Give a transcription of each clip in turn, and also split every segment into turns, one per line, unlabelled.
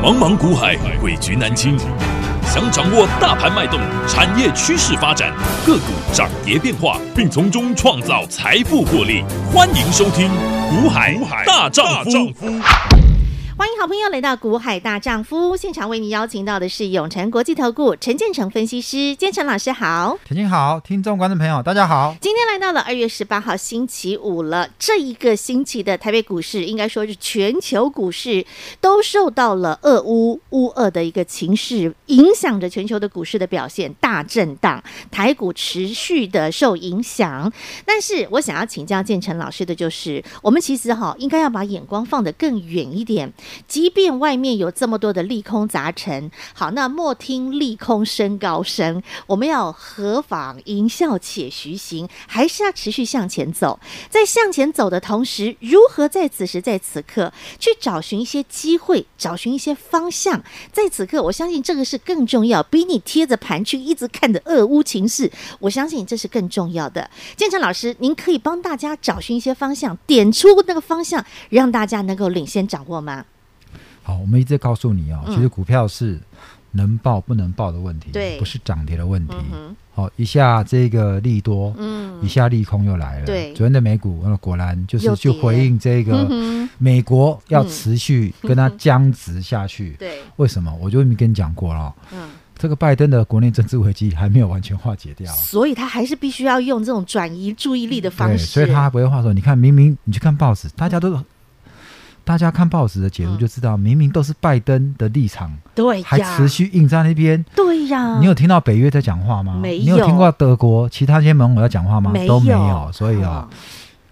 茫茫股海，诡局难清。想掌握大盘脉动、产业趋势发展、个股涨跌变化，并从中创造财富获利，欢迎收听《股海大丈夫》。
欢迎好朋友来到《股海大丈夫》现场，为您邀请到的是永诚国际投顾陈建成分析师，建成老师好。
田青好，听众观众朋友大家好。
今天来到了二月十八号星期五了，这一个星期的台北股市，应该说是全球股市都受到了俄乌乌俄的一个情势影响着全球的股市的表现大震荡，台股持续的受影响。但是我想要请教建成老师的就是，我们其实哈应该要把眼光放得更远一点，即便外面有这么多的利空杂陈，好，那莫听利空升高声，我们要何妨吟啸且徐行，还是要持续向前走。在向前走的同时，如何在此时在此刻去找寻一些机会，找寻一些方向？在此刻，我相信这个是更重要，比你贴着盘去一直看着俄乌情势，我相信这是更重要的。建成老师，您可以帮大家找寻一些方向，点出那个方向，让大家能够领先掌握吗？
好，我们一直告诉你哦，
嗯
其实股票是能报不能报的问题，
对
不是涨跌的问题
嗯。哼，
好、一下这个利多，
嗯
一下利空又来了。
对
昨天的美股，呃，果然就
又
是去
跌
回应这
嗯
个
哼，
美国要
嗯
持续跟它僵直下去。
对，
为什么？我就跟你讲过了哦，
嗯，
这个拜登的国内政治危机还没有完全化解掉。
所以他还是必须要用这种转移注意力的方
对，
式，嗯
所以他还不会话说。你看，明明你去看报纸，大家都，大家看报纸的解读就知道，明明都是拜登的立场，
对嗯哎呀，
还持续硬在那边。
对呀，
你有听到北约在讲话吗？
没有
你有听过德国其他一些盟友在讲话吗？
没
都没
有
有。所以啊
哦，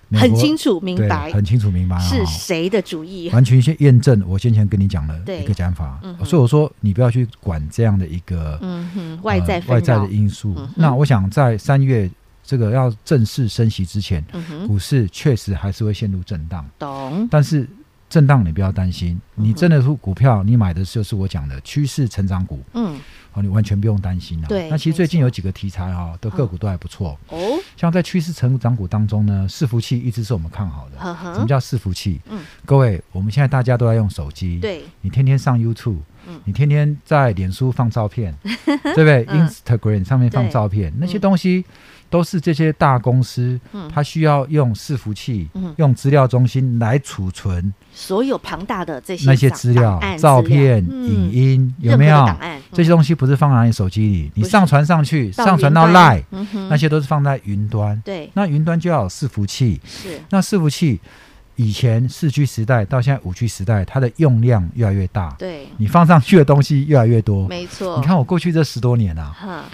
美国
很清楚明
对
白
很清楚明白啊
是
哦
谁的主意，
完全先验证我先前跟你讲的
对
一个讲法
嗯。哼
所以我说，你不要去管这样的一个
嗯哼，外在
呃
纷
外在
扰
的，因素
嗯哼。
那我想在三月这个要正式升息之前，
嗯哼，
股市确实还是会陷入震荡。
懂，
但是震荡你不要担心，
嗯哼
你真的是股票，你买的就是我讲的趋势成长股，
嗯，
哦，你完全不用担心啊。
对
那其实最近
没错嗯
有几个题材哈、的个股都还不错，
哦，
像在趋势成长股当中呢，伺服器一直是我们看好的。
呵
什么
呵，
叫伺服器？
嗯，
各位，我们现在大家都在用手机，，
对，
你天天上 YouTube，、
嗯
你天天在脸书放照 片，对不对、
嗯
i n s t a g r a m 上面放照片，那些东西都是这些大公司，
嗯
它需要用伺服器、
嗯
用资料中心来储存
所有庞大的这些
那些
档
资料
档案、
照
资料
片、影
嗯
音，有
任
没
何的
有
档？案嗯
这些东西不是放在你手机里，你
不是
上传上去，上传到
云端
Line，
嗯哼，
那些都是放在云端。
对
那云端就要有伺服器，
是，
那伺服器以前四 G 时代到现在五 G 时代，它的用量越来越大，
对，
你放上去的东西越来越多。
没错，
哦你看我过去这十多年啊，
哈，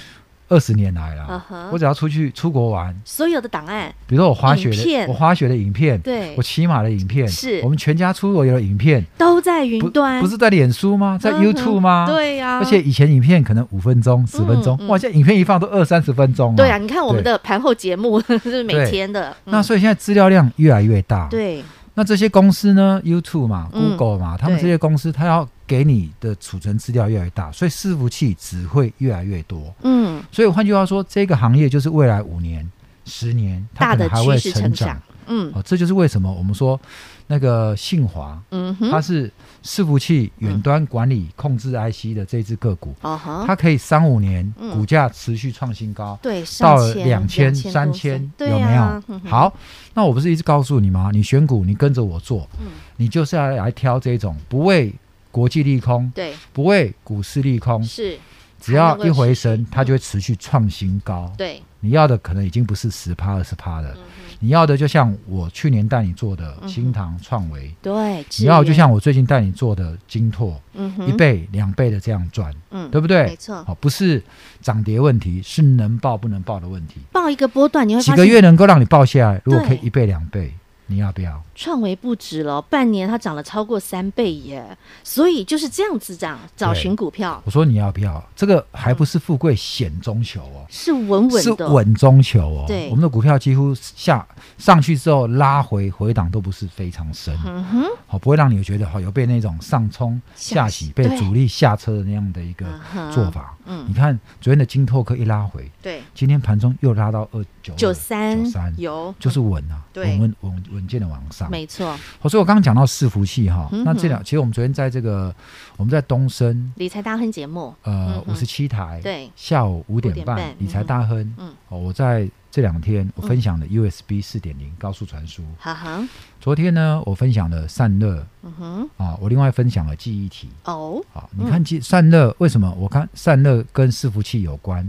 二十年来
嗯
啊，
哼
我只要出去出国玩，
所有的档案，
比如说我滑雪
影片
的，我滑雪的影片，
对
我，骑马的影片，
是
我们全家出国游的影片，
都在
不
云端，
不是在脸书吗？在
嗯哼
YouTube 吗？。
对呀，
而且以前影片可能五分钟、十分钟
嗯，
哇，现在影片一放都二三十分钟
对啊，。你看我们
对
的盘后节目 是每
对
天的，
那
嗯
所以现在资料量越来越大。。
对，
那这些公司呢，YouTube 嘛、
嗯
Google 嘛，他们
对
这些公司，它要给你的储存资料越来越大，所以伺服器只会越来越多。
嗯，
所以换句话说，这个行业就是未来五年、十年，它
大
可
的
能还
趋
会
势
成
成
长
长。，嗯
哦，这就是为什么我们说那个信华，
嗯
它
哼，
是伺服器远端管理控制 IC 的这只个股，
哦哈，
它可以三五年
嗯
股价持续创新高，
对，上
到了
千
两千、
2000
三
公司
千，
对
有没
啊
有？
嗯哼
好，那我不是一直告诉你吗？你选股，你跟着我做，
嗯
你就是要来挑这种不为国际利空，
对，
不为股市利空，
是，
只要
还能
一
够
回
持续
升，它就会持续创新高。
对，
你要的可能已经不是十趴二十趴
嗯
了，你要的就像我去年带你做的
嗯哼
新塘创维，
对，
你要就像我最近带你做的金拓，
嗯
一
哼，
倍两倍的这样赚，
嗯，
对不
没
对？
错，
好，不是涨跌问题，是能报不能报的问题。
报一个波段你会
几
发
个
现，
月能够让你报下来，如果可以
对
一倍两倍，你要不要？
创维不止了，半年它涨了超过三倍耶，所以就是这样子涨，找
对
寻股票
我说你要不要？这个还不是富贵险中求哦，
是稳
是
稳的，
稳中求哦。
对
我们的股票几乎下上去之后拉回回档都不是非常深，
嗯哼，
好、不会让你觉得好、有被那种上冲
下
下
洗
洗、被
对
主力下车的那样的一个
嗯哼
做法。
嗯
你看昨天的金拓科一拉回，
对，
今天盘中又拉到二九
九三
嗯九三，
有，
就是稳啊，
对
稳稳稳稳健的往上。
没错，
好，所以我刚刚讲到伺服器哈，
嗯哼
那这两其实我们昨天在这个我们在东升
理财大亨节目，
呃
嗯哼
五十七台，
对
下午五
5:30
点半
嗯哼
理财大亨，
嗯，
哦，我在这两天我分享了 USB 四点零高速传输，
哈哈，
昨天呢我分享了散热
嗯哼，
啊，我另外分享了记忆体。
哦，
啊，你看记散热为什么？我看散热跟伺服器有关，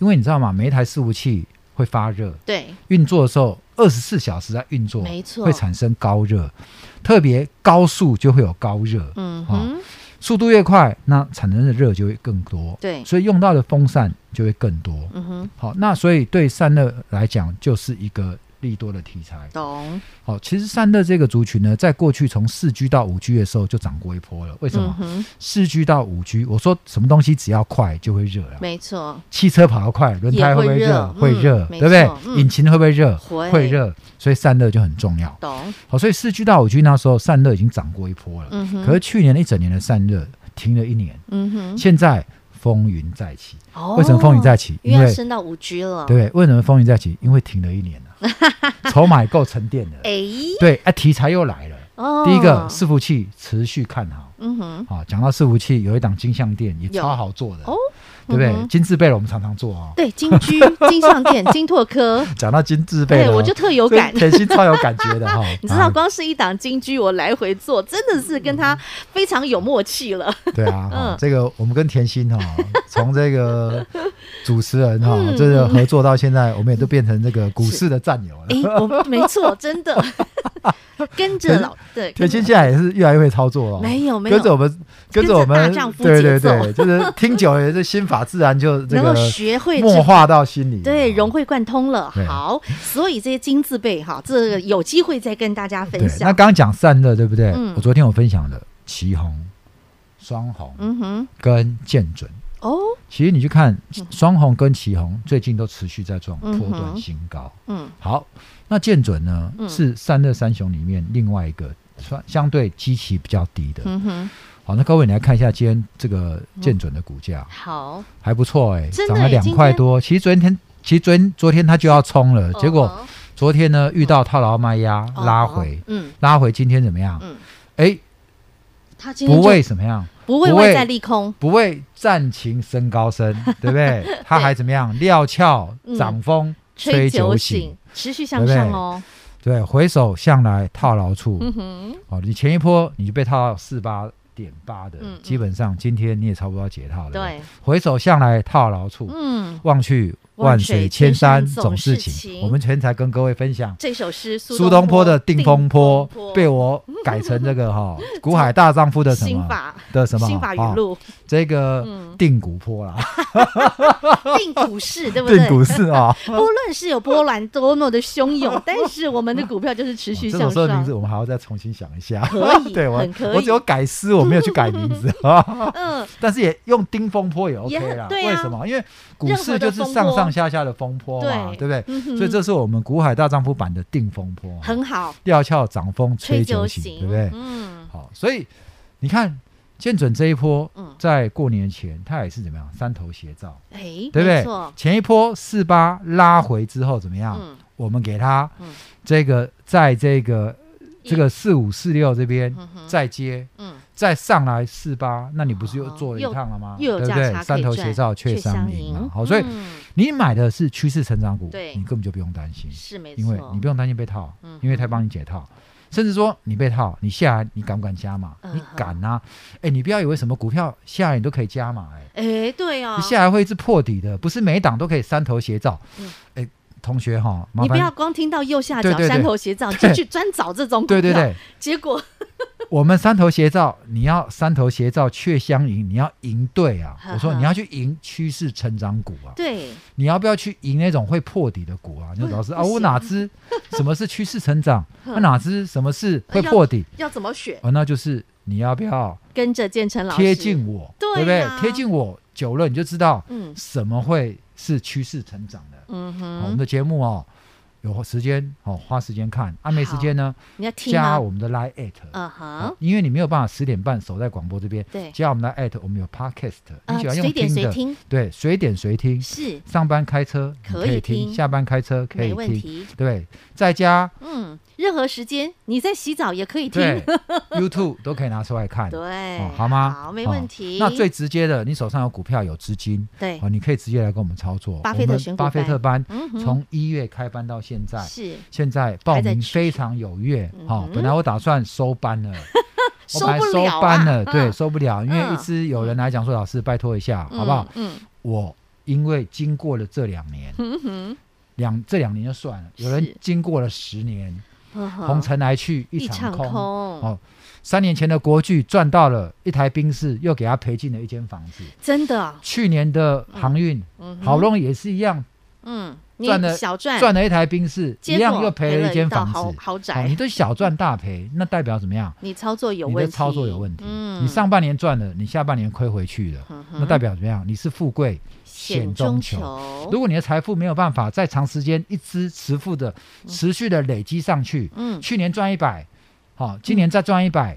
因为你知道吗？每一台伺服器会发热，
对，
运作的时候二十四小时在运作，
没错
会产生高热，特别高速就会有高热，
嗯
啊
哼，
速度越快，那产生的热就会更多，
对，
所以用到的风扇就会更多。
嗯哼，
好，那所以对散热来讲，就是一个利多的题材。
懂，
好，其实散热这个族群呢，在过去从四 G 到五 G 的时候就涨过一波了。为什
嗯
么？
哼，
四 G 到五 G，我说什么东西只要快就会热啊。
没错，
汽车跑得快，轮胎会不会
也
热？
会
会
热
热，
嗯
对不对
没错？嗯
引擎会不会热？
会
热，所以散热就很重要。
懂，
好，所以四 G 到五 G 那时候散热已经涨过一波了，
嗯哼，
可是去年一整年的散热停了一年，
嗯哼，
现在风云再起。
哦
为什么风云再起？
因
因
为要
为
升到五 G 了，
对，为什么风云再起？因为停了一年了， 筹码够沉淀了。
哎，
对，啊，题材又来了。
哦，
第一个伺服器持续看好。
嗯哼，
啊，讲到伺服器，有一档金像店也
有
超好做的，
哦
对不对？
嗯哼
金字贝勒我们常常做哦。
对，金 居、金上店、金拓科，
讲到金字贝
对
勒，
我就特有感。
甜心超有感觉的哈。
你知道，
啊嗯
光是一档金居，我来回做，真的是跟他非常有默契了。
对啊，
嗯
哈这个我们跟甜心哈，从这个主持人哈
嗯，
这个合作到现在，我们也都变成这个股市的战友 了。
诶，哎我没错，真 的跟着老对，
甜
跟
心
着
现在也是越来越会操作了，
没有没
跟着
有，
我们，跟
跟着
着我们
大丈，夫
对
节
对
奏
对，就是听久了，这心法自然就这
能够
个
学会这
默化到心里，哦
对，
哈
融会贯通了。
对
好，所以这些金字辈哈，这个有机会再跟大家分
对，那
享。
刚刚讲散热，对不对？
嗯
我昨天有分享的旗红、双红
嗯哼，
跟建准，
哦，
其实你去看
嗯
双红跟旗红最近都持续在创波段新高。
嗯，
好，那建准呢、
嗯
是散热三雄里面另外一个算相对基期比较低的。
嗯哼，
好，那各位你来看一下今天这个建准的股价、
好，
还不错哎、
真的
涨了
哎
两
今
块
天
多。其实昨天其实昨天昨天它就要冲了，呃结果
哦
昨天呢遇到套牢卖压、
哦
拉回。
嗯
拉回今天怎么样？
嗯，
哎，
他今天
不
就
为怎么样，
不会
不
为
为
在利空，
不为战情升高 升，对不对？他还怎么样？料峭掌风
嗯吹
吹
酒
酒
醒
醒，，
持续向上哦。
对，回首向来套牢处。
嗯哼，
哦，你前一波你就被套到四八点八的
嗯嗯，
基本上今天你也差不多要解套了。
对，
回首向来套牢处，
嗯，
望去
万
万
水
水
千
千
山
山
总
总
是
是
情
情。我们前才跟各位分享。
这首诗苏
苏东坡的《定风波
定风》
被我改成这个哈古海大丈夫的什
心
么
法
的什么
心法
啊
语 录，
这个
嗯
定谷坡啦，
定股市，对不
定
对？
股市 啊，
不论是有波澜多么的汹涌，但是我们的股票就是持续
哦这
向
首诗的名字
上。
我们还要再重新想一下。
可 以
对我
很可以
我只有改诗，我没有去改名 字啊，
嗯，
但是也用丁风坡也 OK
也很
啦。
对啊
为什么？因为股
任何
市就
的
是上上下下的风波嘛，对不
对
对？
嗯哼
所以这是我们古海大丈夫版的定风波，
很好，
料峭掌风吹
酒
酒醒，对不对？
嗯
好，所以你看建准这一波
嗯，
在过年前它也是怎么样三头斜照，
哎，
对不
没
对
错？
前一波四八拉回之后怎么样？
嗯，
我们给它
嗯
这个在这个
一
这个四五四六这边
嗯哼
再接，
嗯，
再上来四八，那你不是又
哦
做了一
又
趟了吗？
又有
对不
价
对
差？可以
三头
赚
斜照却
却
相
相
迎
赢
嘛。好，所以
嗯
你买的是趋势成长股，
对
你根本就不用担心，
是没错，
因为你不用担心被套
嗯，
因为他帮你解套。甚至说你被套，你下来你敢不敢加码？
嗯
你
哼
敢啊！哎，你不要以为什么股票下来你都可以加码，哎，
哎，对啊
你，下来会一直破底的，不是每一档都可以三头斜照
嗯。
哎，同学哈，麻
你不要
烦，
光听到右下角
对对对
山头斜照你就
对
去专找这种股 票，
对对对，
结果
我们三头斜照，你要三头斜照却相迎，你要赢对啊！
呵呵
我说你要去赢趋势成长股啊，
对，
你要不要去赢那种会破底的股啊？你说
嗯
老师啊，
不行
我哪 知什么是趋势成长，
呵呃
啊、哪知什么是会破底
要怎么选？
啊？那就是你要不要
跟着建成老师
贴近，我，
对啊
不对？贴近我久了，你就知道
嗯
什么会是趋势成长的。
嗯
好我们
哼，
的节目哦，有时间哦，花时间看啊，没时间呢，
你要听啊
加
吗？
我们的 Line at，、
嗯
好
哼，
因为你没有办法十点半守在广播这边，
对
加我们的 at，我们有 podcast，你
啊
喜，欢
随
用
点
听
随
的，嗯
听
对，随点随听，
是
上班开车你
可
可
以
以听，
听
下班开车可以
没问
听，
题。
对，在家
嗯，任何时间你在洗澡也可以听。
对 YouTube 都可以拿出来看，
对
哦，好吗？
好，没
哦
问题。
那最直接的，你手上有股票有资金，
对，
哦，你可以直接来跟我们操作。
巴菲
我
特
们
选股
巴菲特班
嗯哼，
从一月开班到现在，
是
现在报
还在
名
持续
非常踊跃。好、
嗯哼
本来我打算收班 了，我
收
本来
不
收
了啊
班了，对，
嗯
收不了，因为
嗯
一直有人来讲说，老师拜托一下，好不好？
嗯，
我因为经过了这两年，
嗯哼
两这两年就算了，有人
是
经过了十年，
嗯哼，
红尘来去
一
一场空。
空，
哦三年前的国剧赚到了一台宾士，又给他赔进了一间房子。
真的，
去年的航运，
嗯哼，
好不容易也是一样，
嗯，你
赚了
小赚
赚了一台宾士，一
结果
样又赔了一间
道
房
豪
子。
豪
哦你
宅，
都小赚大赔，那代表怎么样？
你操作有
你
问
的
题，
操作有问题。
嗯，
你上半年赚了，你下半年亏回去了，
嗯哼
那代表怎么样？你是富贵。
险
险
中
中
求，
如果你的财富没有办法在长时间一直持富的、持续的累积上去，
嗯，
去年赚一百，好，今年再赚一百，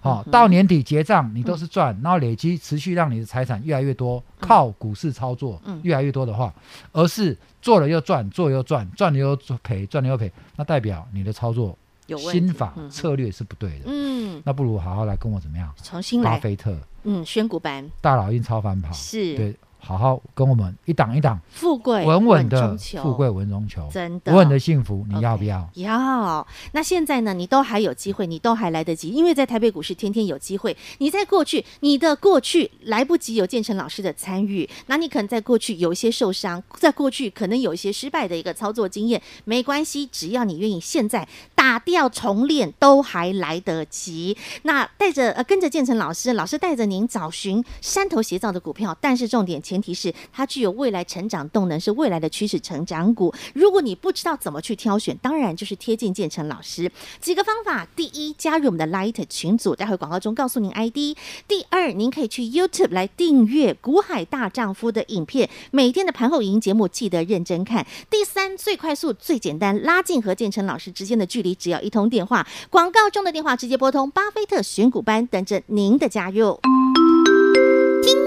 好
嗯，哼嗯
到年底结账你都是赚，然后累积持续让你的财产越来越多，靠股市操作
嗯
越来越多的话，而是做了又赚，做了又赚，赚了又赔，赚了又赔，那代表你的操作
有问题
心法
嗯哼
策略是不对的。
嗯，
那不如好好来跟我怎么样？
重新
巴
来，
菲特
嗯，宣股班
大老鹰超凡跑，
是
对，好好跟我们一档一档
富贵
稳稳的
中求
富贵稳中求，
真的
稳稳的幸福，你要
OK，
不要？
要。那现在呢？你都还有机会，你都还来得及，因为在台北股市天天有机会。你在过去，你的过去来不及有建成老师的参与，那你可能在过去有一些受伤，在过去可能有一些失败的一个操作经验，没关系，只要你愿意，现在打掉重练都还来得及。那带着呃跟着建成老师，老师带着您找寻山头斜造的股票，但是重点前提是它具有未来成长动能，是未来的趋势成长股。如果你不知道怎么去挑选，当然就是贴近建成老师几个方法：第一，加入我们的 Light 群组，待会广告中告诉您 ID；第二，您可以去 YouTube 来订阅《股海大丈夫》的影片，每天的盘后影节目记得认真看；第三，最快速、最简单，拉近和建成老师之间的距离，只要一通电话。广告中的电话直接拨通，巴菲特选股班等着您的加入。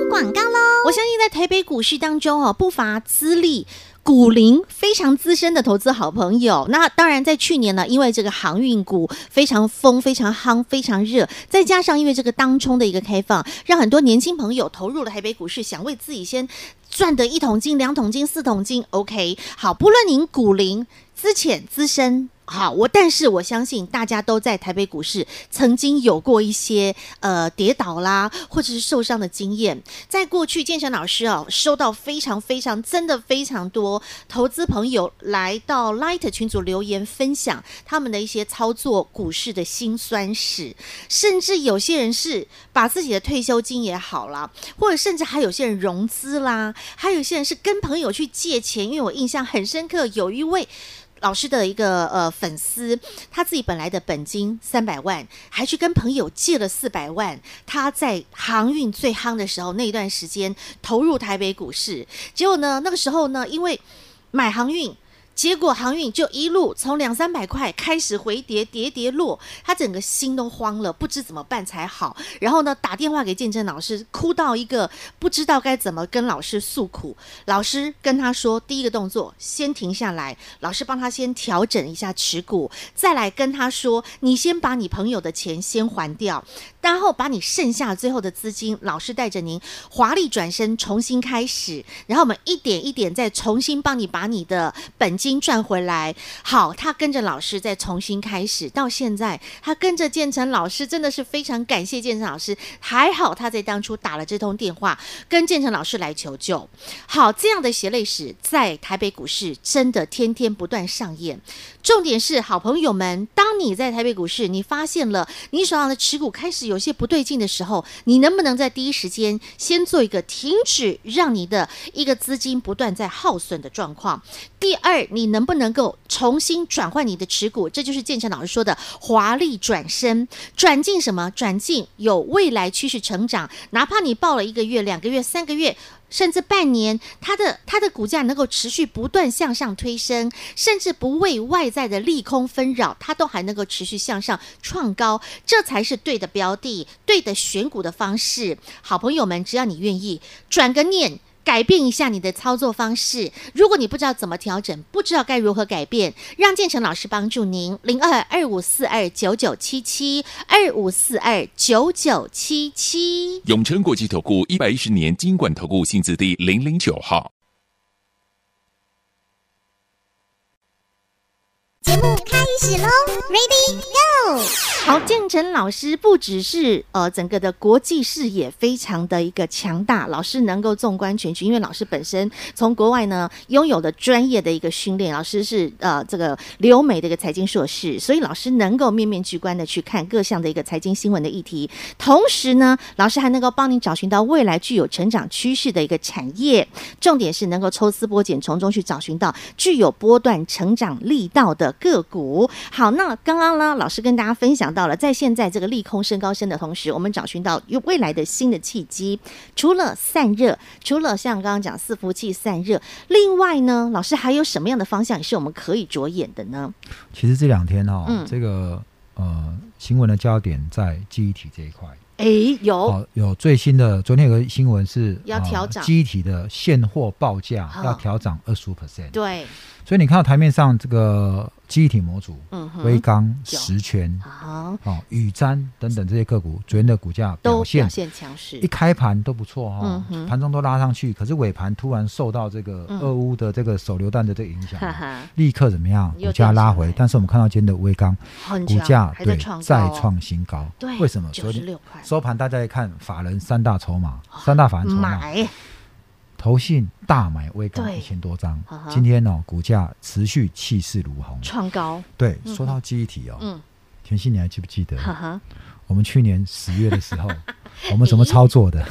广告喽。我相信在台北股市当中哦，不乏资历。股龄非常资深的投资好朋友，那当然在去年呢，因为这个航运股非常疯、非常夯、非常热，再加上因为这个当冲的一个开放，让很多年轻朋友投入了台北股市，想为自己先赚得一桶金、两桶金、四桶金。OK，好，不论您股龄资浅、资深，好，我但是我相信大家都在台北股市曾经有过一些呃跌倒啦，或者是受伤的经验。在过去，建成老师哦，收到非常非常真的非常多投资朋友来到 Light 群组留言分享他们的一些操作股市的辛酸史，甚至有些人是把自己的退休金也好啦，或者甚至还有些人融资啦，还有一些人是跟朋友去借钱，因为我印象很深刻，有一位。老师的一个呃粉丝，他自己本来的本金三百万，还去跟朋友借了四百万。他在航运最夯的时候那一段时间投入台北股市，结果呢，那个时候呢，因为买航运。结果航运就一路从两三百块开始回跌，跌跌落，他整个心都慌了，不知怎么办才好。然后呢，打电话给建正老师，哭到一个不知道该怎么跟老师诉苦。老师跟他说，第一个动作先停下来，老师帮他先调整一下持股，再来跟他说，你先把你朋友的钱先还掉，然后把你剩下最后的资金，老师带着您华丽转身，重新开始，然后我们一点一点再重新帮你把你的本金赚回来。好，他跟着老师再重新开始，到现在他跟着建成老师，真的是非常感谢建成老师。还好他在当初打了这通电话，跟建成老师来求救。好，这样的血泪史在台北股市真的天天不断上演。重点是，好朋友们，当你在台北股市，你发现了你手上的持股开始有些不对劲的时候，你能不能在第一时间先做一个停止，让你的一个资金不断在耗损的状况？第二，你能不能够重新转换你的持股？这就是建成老师说的华丽转身，转进什么？转进有未来趋势成长，哪怕你报了一个月、两个月、三个月。甚至半年，它的它的股价能够持续不断向上推升，甚至不为外在的利空纷扰，它都还能够持续向上创高，这才是对的标的，对的选股的方式。好朋友们，只要你愿意转个念。改变一下你的操作方式。如果你不知道怎么调整，不知道该如何改变，让建成老师帮助您。零二二五四二九九七七二五四二九九七七。
永诚国际投顾一百一十年金管投顾性质第零零九号。
节目开始喽，Ready Go！
好，建成老师不只是呃整个的国际视野非常的一个强大，老师能够纵观全局，因为老师呃本身从国外呢拥有的专业的一个训练，老师是呃这个留美的一个财经硕士，所以老师能够面面俱观的去看各项的一个财经新闻的议题，同时呢，老师还能够帮你找寻到未来具有成长趋势的一个产业，重点是能够抽丝剥茧，从中去找寻到具有波段成长力道的个股。好，那刚刚呢，老师跟大家分享到了，在现在这个利空升高升的同时，我们找寻到未来的新的契机。除了散热，除了像刚刚讲伺服器散热，另外呢，老师还有什么样的方向是我们可以着眼的呢？
其实这两天哦，
嗯
这个呃新闻的焦点在记忆体这一块。
诶，有，
哦，有最新的，昨天有个新闻是
要调涨
呃机体的现货报价
啊
要调涨二十五 percent，
对，
所以你看到台面上这个机体模组、
嗯
微
哼，
刚、
有
石泉、
好，
哦、宇瞻等等这些个股，昨天的股价
都
表
表
现
现强势
一，开盘都不错哈、
嗯
哦
哼，
盘、中都拉上去，可是尾盘突然受到这个
嗯
俄乌的这个手榴弹的这个影响。
哈哈，
立刻怎么样？
又
股价
掉下
拉
来
回，但是我们看到今天的微刚
很
股
强
价
还在
对
创高
再
哦
创新高，
对，
为什么？
九
昨
十
天
六块哦
收盘大家看法人三大筹码，三大法人筹码，
买，
投信大买微高
对
一千多张
啊哈，
今天哦股价持续气势如虹。
创高，
对，说到记忆体哦，
嗯，
田心你还记不记得
哈哈，
我们去年十月的时 候，我们怎么操作的？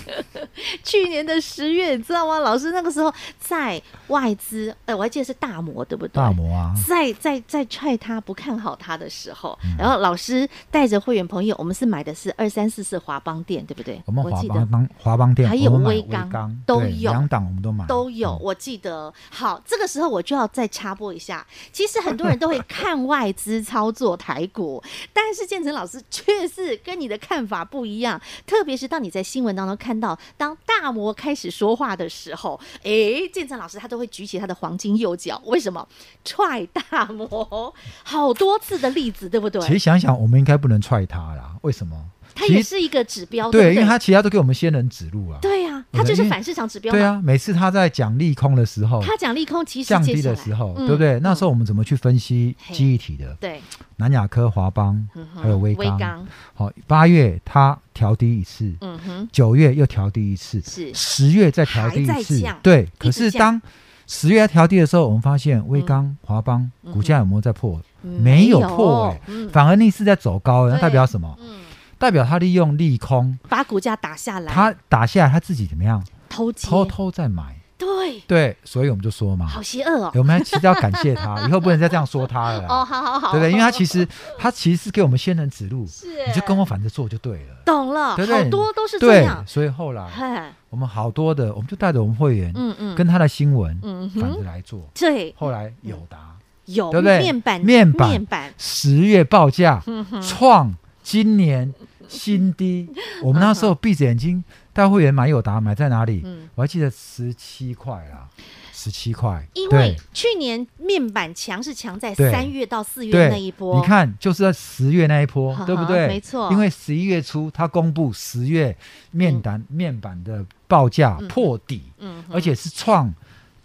去年的十月，你知道吗？老师那个时候在外资，哎，我还记得是大摩，对不对？
大摩啊，
在在在踹他不看好他的时候，
嗯
然后老师带着会员朋友，我们是买的是二三四四华邦店，对不对？
我们华
记得
邦当华邦店，
还有
我们买
微
微
刚
刚
都
对
有
两档我们都买，
都有，
嗯。
我记得。好，这个时候我就要再插播一下，其实很多人都会看外资操作台 股，但是建成老师却是跟你的看法不一样。特别是当你在新闻当中看到，当大摩开始说话的时候，诶，建成老师他都会举起他的黄金右脚，为什么？踹大摩，好多次的例子，对不对
其？实想想，我们应该不能踹他啦，为什么？
它
其
也
实
是一个指标，对不
对，因
对
为他其他都给我们先人指路啊。
对呀、啊，
对
它就是
因为
反市场指标
对
嘛。
啊，每次他在讲利空的时候，
它讲利空，其实
降
接
低
下
的
来
时候，
嗯
对不对？那时候我们怎么去分析
嘿
记忆体的
对，
南亚科、华邦
嗯哼
还有微
微
刚？
刚，
好，八月它调低一次，
嗯哼。
九月又调低一次，
是
十月再调低
还
一
在
次
降。
对，
一
可
直
是
降
当十月调低的时候，我们发现微刚、华邦
嗯哼
股价有没有在破？
嗯
没有破哎
没有嗯，
反而逆势在走高，那
对
代表什么？
嗯，
代表它利用利空，
把股价打下来，
它打下来，它自己怎么样？
偷鸡，
偷偷在买。
对，
对，所以我们就说嘛，
好邪恶哦
欸。我们还其实要感谢 他，以后不能再这样说他了啦，
哦，好好好，
对不对？因为他其实他其实是给我们先人指路，
是
你就跟我反着做就对了，
懂了，
对不对？
好多都是这
对
样，，
所以后来
嘿，
我们好多的，我们就带着我们会员
嗯嗯，
跟他的新闻
嗯哼嗯
反着来做，
对
后来友达
有
对不对
面板
面板
面板，嗯
十月报价创今年新低，我们那时候闭着眼睛带会员买友达，买在哪里
嗯？
我还记得十七块啦，十七块，
因
对
为去年面板强是强在
对
三月到四月
对，
那一波，
你看就是在十月那一波
呵呵，
对不对？
没错
因为十一月初它公布十月面板、面板的报价
嗯
破底，
嗯哼，
而且是创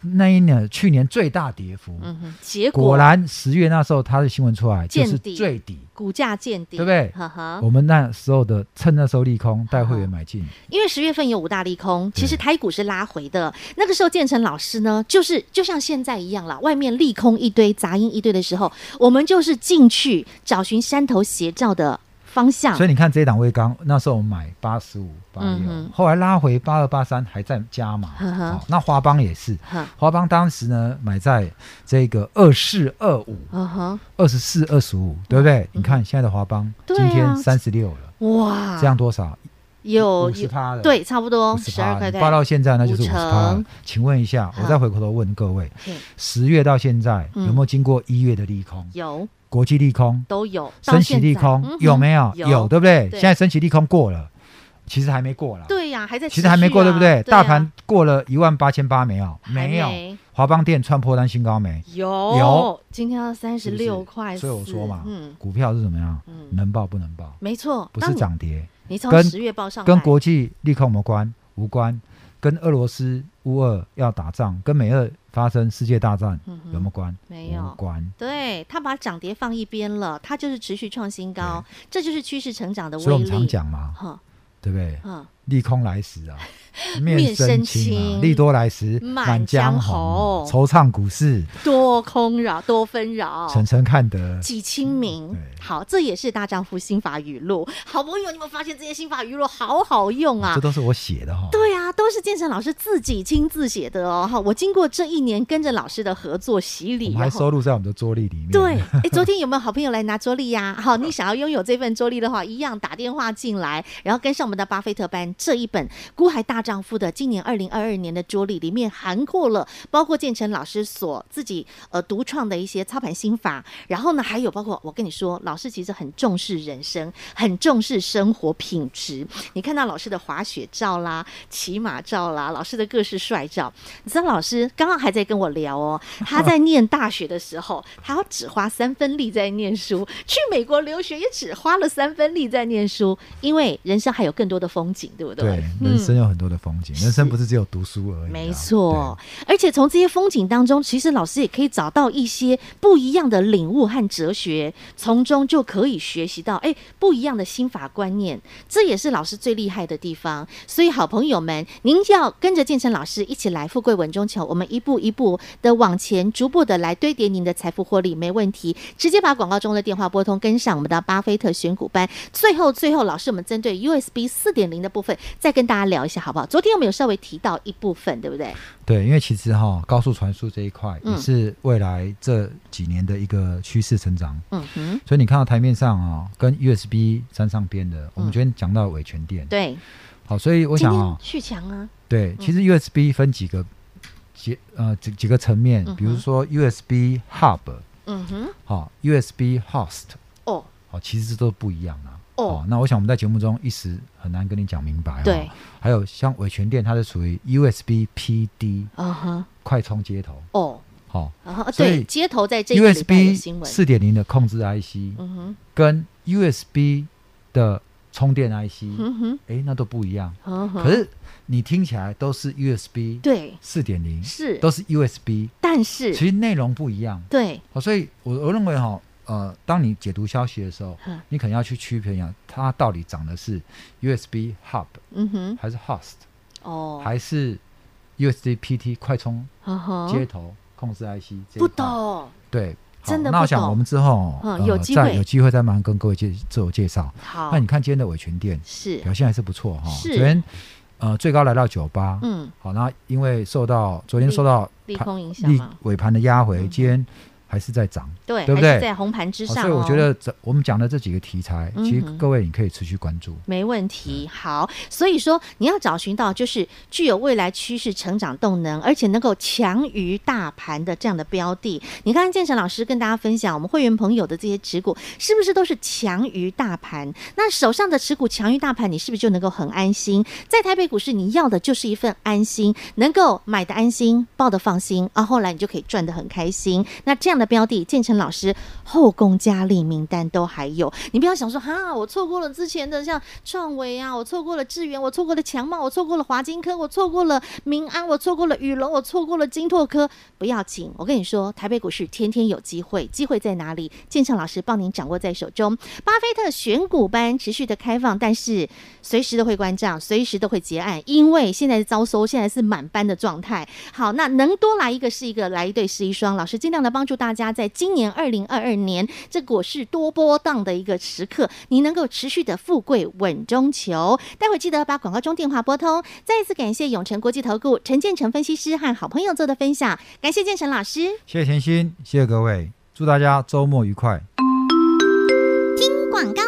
那一年去年最大跌幅。
嗯哼，结
果
果
然十月那时候它的新闻出来就
见
是
底嗯
最底。
股价见底，
对不对
呵呵
我们那时候的趁那时候利空带会员买进，
因为十月份有五大利空，
对
其实台股是拉回的。那个时候建成老师呢，就是就像现在一样啦，外面利空一堆、杂音一堆的时候，我们就是进去找寻山头斜照的方向
所。以你看这一档微刚，那时候我们买八十五、八
嗯
六
哼，
后来拉回八二、八三，还在加码。
呵呵
好那华邦也是，
哈，
华邦当时呢买在这个二四二五，
嗯哼，
二十四、二十五，对不对？你看现在的华邦，
嗯对啊
今天三十六了，
哇，
这样多少？
有
五十趴的，
对，差不多
五十
十
趴
二，块
你
对
报，到现在那就是
五
五十
成
趴。请问一下，
好
我再回过头问各位
嗯，
十月到现在
嗯
有没有经过一月的利空、
有
国际利空、
都有，到
升息
现
利
在
空
嗯，
有
哼
没有？
有
有，对不对？
对
现在升息利空过了，其实还没过啦。
对呀，还在持续啊，
其实还没过，对不对？
啊
大盘过了一万八千八没有？
还
没有。
没
华邦电穿破单新高没？
有
有，
今天要三十
是不是
六块四，
所以我说嘛，
嗯
股票是怎么样？
嗯，
能报不能报？
没错，
不是
当你，
涨跌，
你从
跟
十月报上来
跟国际利空无关，无关，跟俄罗斯乌俄要打仗，跟美俄发生世界大战
嗯哼
有没有哦关？
没有
无关。
对他把涨跌放一边了，它就是持续创新高，这就是趋势成长的
所以我
威
们常
力。
讲嘛，
哈
对不对？
哈，
利空来时 啊，
面生
生青
青
啊，利多来时
满
满江
江
红
红，
惆怅股市，
多空扰，多纷扰。
沉沉看得。
几清明
对，
好，这也是大丈夫心法语录。好朋友，你有没有发现这些心法语录好好用啊
这？都是我写的哈、
对啊，都是建成老师自己亲自写的哦。哈，我经过这一年跟着老师的合作洗
我
礼，
们还
然后
收录在我们的桌历里面。
哦对， 哎，昨天有没有好朋友来拿桌历呀、 好，你想要拥有这份桌历的话，一样打电话进来，然后跟上我们的巴菲特班这一本《孤海大丈夫》的今年二零二二年的桌历，里面涵括了包括建成老师所自己呃独创的一些操盘心法，然后呢，还有包括我跟你说，老师其实很重视人生，很重视生活品质。你看到老师的滑雪照啦、骑马照啦，老师的各式帅照，你知道老师刚刚还在跟我 聊哦，他在念大学的时候，他只花三分力在念书；去美国留学也只花了三分力在念书，因为人生还有更多的风景，对不
对，人生有很多的风景，人生
是
不是只有读书而已啊、
嗯没错，而且从这些风景当中，其实老师也可以找到一些不一样的领悟和哲学，从中就可以学习到哎不一样的心法观念，这也是老师最厉害的地方。所以，好朋友们，您要跟着建成老师一起来富贵稳中求，我们一步一步的往前，逐步的来堆叠您的财富获利，没问题。直接把广告中的电话拨通，跟上我们的巴菲特选股班。最后，最后，老师，我们针对 USB 四点零的部分，再跟大家聊一下，好不好？昨天我们有稍微提到一部分，对不对？
对，对，因为其实哈、高速传输这一块
嗯
也是未来这几年的一个趋势成长，
嗯哼，
所以你看到台面上啊、跟 USB 沾上边的，我们昨天讲到尾权电，
嗯对，
好，所以我
今
想啊、
天续强啊，
对，其实 USB 分几个几呃几几个层面
嗯哼，
比如说 USB Hub，
嗯哼，
好、USB Host，
哦，
好、其实这都不一样啊。
哦
那我想我们在节目中一时很难跟你讲明白、哦。
对，
还有像伟权电，它是属于 USB PD
啊哈，
快充接头，
哦，
好、
然后
所
对，
以
街头在这一个礼拜的
USB
新闻，
四点零的控制 IC、
嗯哼，
跟 USB 的充电 IC，
嗯哼，
哎、那都不一样。
嗯哼，
可是你听起来都是 USB
对，
四点零，
是，
都是 USB，
但
其
是
实内容不一样。
对，
好，所以我我认为哈、呃，当你解读消息的时候
嗯，
你可能要去区别一下，它到底涨的是 USB Hub
嗯哼，
还是 Host，、
哦，
还是 USB PT 快充
嗯
接
哼，
头控制 IC 这一
不
块
懂，
对。好
真的
那
不
我想
懂
我们之后，
嗯
呃
有机
再
会
有机会再慢慢跟各位介自我介绍。
好
那，你看今天的伟权店
是，
表现还是不错哈，
是
昨天呃最高来到九八，
嗯，
好，那因为受到昨天
利
受到
利
盘
空影响
利
嘛，
尾盘的压回，
嗯
今天还是在涨。
对，
对不
还是
对
在红盘之
好
上，
所以我
哦
觉得这我们讲的这几个题材，其
嗯
实
哼
各位你可以持续关注。
没问题，好，所以说你要找寻到就是具有未来趋势成长动能，而且能够强于大盘的这样的标的。你看建成老师跟大家分享，我们会员朋友的这些持股是不是都是强于大盘？那手上的持股强于大盘，你是不是就能够很安心？在台北股市，你要的就是一份安心，能够买的安心，抱的放心啊，后来你就可以赚得很开心。那这样的标的，建成老师后宫佳丽名单都还有，你不要想说哈，我错过了之前的像创维啊，我错过了智源，我错过了强茂，我错过了华金科，我错过了民安，我错过了宇龙，我错过了金拓科，不要紧，我跟你说，台北股市天天有机会，机会在哪里？建成老师帮您掌握在手中。巴菲特选股班持续的开放，但是随时都会关账，随时都会结案，因为现在是招收，现在是满班的状态。好，那能多来一个是一个，来一对是一双。老师尽量的帮助大家，在今年二零二二年这股市多波荡的一个时刻，你能够持续的富贵稳中求。待会记得把广告中电话拨通。再一次感谢永诚国际投顾陈建成分析师和好朋友做的分享，感谢建成老师。
谢谢甜心，谢谢各位，祝大家周末愉快。
广告。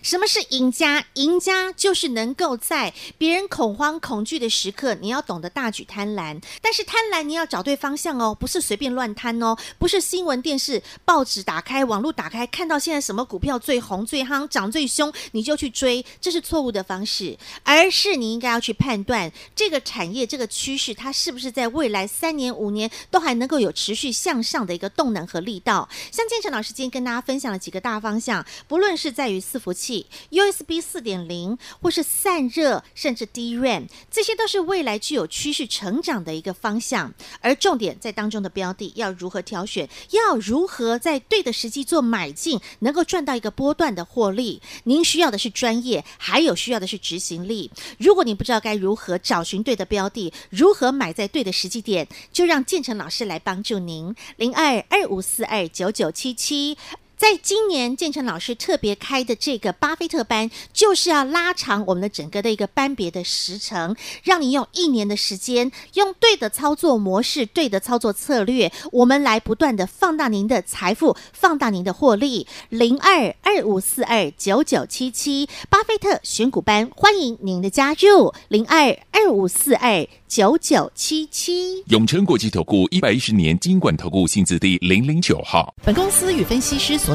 什么是赢家？赢家就是能够在别人恐慌、恐惧的时刻，你要懂得大举贪婪。但是贪婪你要找对方向哦，不是随便乱贪哦，不是新闻、电视、报纸打开、网络打开，看到现在什么股票最红、最夯、涨最凶，你就去追，这是错误的方式。而是你应该要去判断这个产业、这个趋势，它是不是在未来三年、五年都还能够有持续向上的一个动能和力道。像建成老师今天跟大家分享了几个大方向，不论是在于伺服器、USB 四点零，或是散热，甚至 DRAM，这些都是未来具有趋势成长的一个方向。而重点在当中的标的要如何挑选，要如何在对的时机做买进，能够赚到一个波段的获利。您需要的是专业，还有需要的是执行力。如果你不知道该如何找寻对的标的，如何买在对的时机点，就让建成老师来帮助您。零二二五四二九九七七。在今年建成老师特别开的这个巴菲特班，就是要拉长我们的整个的一个班别的时程，让你用一年的时间，用对的操作模式、对的操作策略，我们来不断的放大您的财富，放大您的获利。零二二五四二九九七七，巴菲特选股班，欢迎您的加入。零二二五四二九九七七。
永诚国际投顾一百一十年金管投顾新字第零零九号。
本公司与分析师所